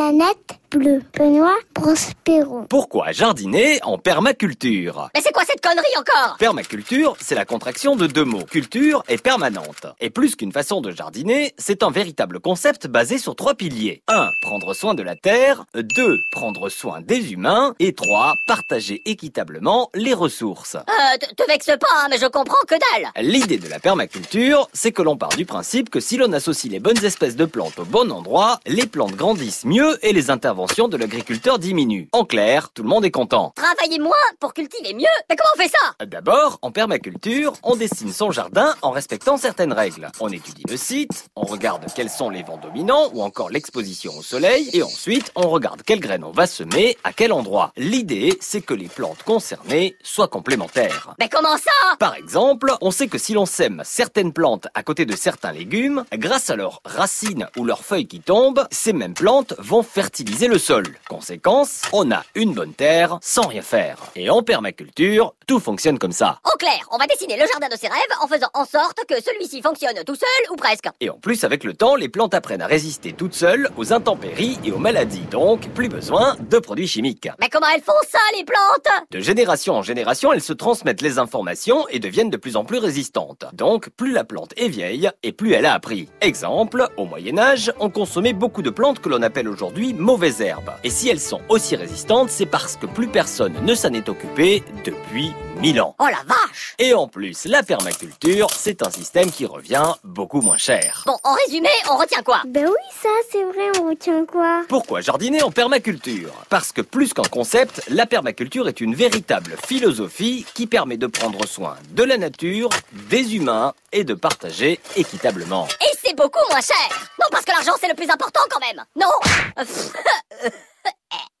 Planète bleue. Benoît Prospero. Pourquoi jardiner en permaculture Mais c'est quoi cette connerie encore Permaculture, c'est la contraction de deux mots, culture et permanente. Et plus qu'une façon de jardiner, c'est un véritable concept basé sur trois piliers. 1. Prendre soin de la terre. 2. Prendre soin des humains. Et 3. Partager équitablement les ressources. Euh, te- te vexe pas, hein, mais je comprends que dalle L'idée de la permaculture, c'est que l'on part du principe que si l'on associe les bonnes espèces de plantes au bon endroit, les plantes grandissent mieux et les interventions de l'agriculteur diminuent. En clair, tout le monde est content. Travailler moins pour cultiver mieux Mais comment on fait ça D'abord, en permaculture, on dessine son jardin en respectant certaines règles. On étudie le site, on regarde quels sont les vents dominants ou encore l'exposition au soleil, et ensuite on regarde quelles graines on va semer à quel endroit. L'idée, c'est que les plantes concernées soient complémentaires. Mais comment ça Par exemple, on sait que si l'on sème certaines plantes à côté de certains légumes, grâce à leurs racines ou leurs feuilles qui tombent, ces mêmes plantes vont fertiliser le sol. Conséquence, on a une bonne terre sans rien faire. Et en permaculture, tout fonctionne comme ça. Au clair, on va dessiner le jardin de ses rêves en faisant en sorte que celui-ci fonctionne tout seul ou presque. Et en plus, avec le temps, les plantes apprennent à résister toutes seules aux intempéries et aux maladies, donc plus besoin de produits chimiques. Mais comment elles font ça, les plantes De génération en génération, elles se transmettent les informations et deviennent de plus en plus résistantes. Donc, plus la plante est vieille et plus elle a appris. Exemple, au Moyen Âge, on consommait beaucoup de plantes que l'on appelle aujourd'hui mauvaises herbes. Et si elles sont aussi résistantes, c'est parce que plus personne ne s'en est occupé depuis 1000 ans. Oh la vache Et en plus, la permaculture, c'est un système qui revient beaucoup moins cher. Bon, en résumé, on retient quoi Ben oui, ça, c'est vrai, on retient quoi Pourquoi jardiner en permaculture Parce que plus qu'un concept, la permaculture est une véritable philosophie qui permet de prendre soin de la nature, des humains et de partager équitablement. Et c'est beaucoup moins cher Non, parce que l'argent, c'est le plus important quand même Non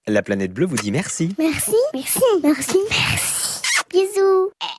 La planète bleue vous dit merci. Merci. Merci. Merci. Merci. Bisous.